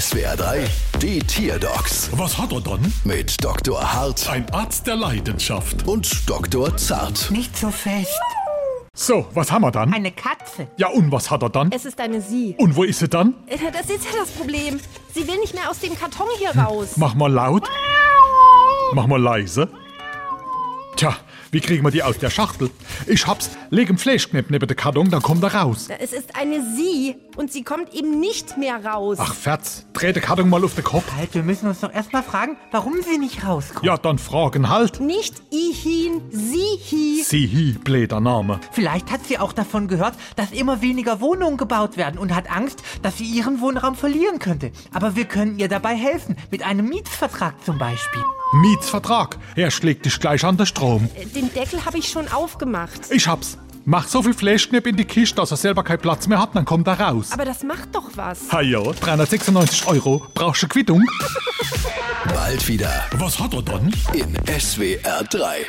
SWR 3, die Tierdocs Was hat er dann? mit Dr. Hart Ein Arzt der Leidenschaft. und Dr. Zart. Nicht so fest. So, was haben wir dann? Eine Katze. Ja, und was hat er dann? Es ist eine Sie. Und wo ist sie dann? Äh, Das ist ja das Problem. Sie will nicht mehr aus dem Karton hier raus. Mach mal laut. Mach mal leise. Tja, wie kriegen wir die aus der Schachtel? Ich hab's. Leg im Fleischknepp neben den Karton, dann kommt er raus. Es ist eine Sie und sie kommt eben nicht mehr raus. Ach, Ferz, dreh den Karton mal auf den Kopf. Halt, wir müssen uns doch erstmal fragen, warum sie nicht rauskommt. Ja, dann fragen halt. Nicht Ihin, Sihi. Sihi, bläder Name. Vielleicht hat sie auch davon gehört, dass immer weniger Wohnungen gebaut werden und hat Angst, dass sie ihren Wohnraum verlieren könnte. Aber wir können ihr dabei helfen, mit einem Mietvertrag zum Beispiel. Mietsvertrag. Er schlägt dich gleich an den Strom. Äh, Den Deckel habe ich schon aufgemacht. Ich hab's. Mach so viel Fleischknepp in die Kiste, dass er selber keinen Platz mehr hat, dann kommt er raus. Aber das macht doch was. Ha ja, 396 Euro. Brauchst du Quittung? Bald wieder Was hat er dann? in SWR 3.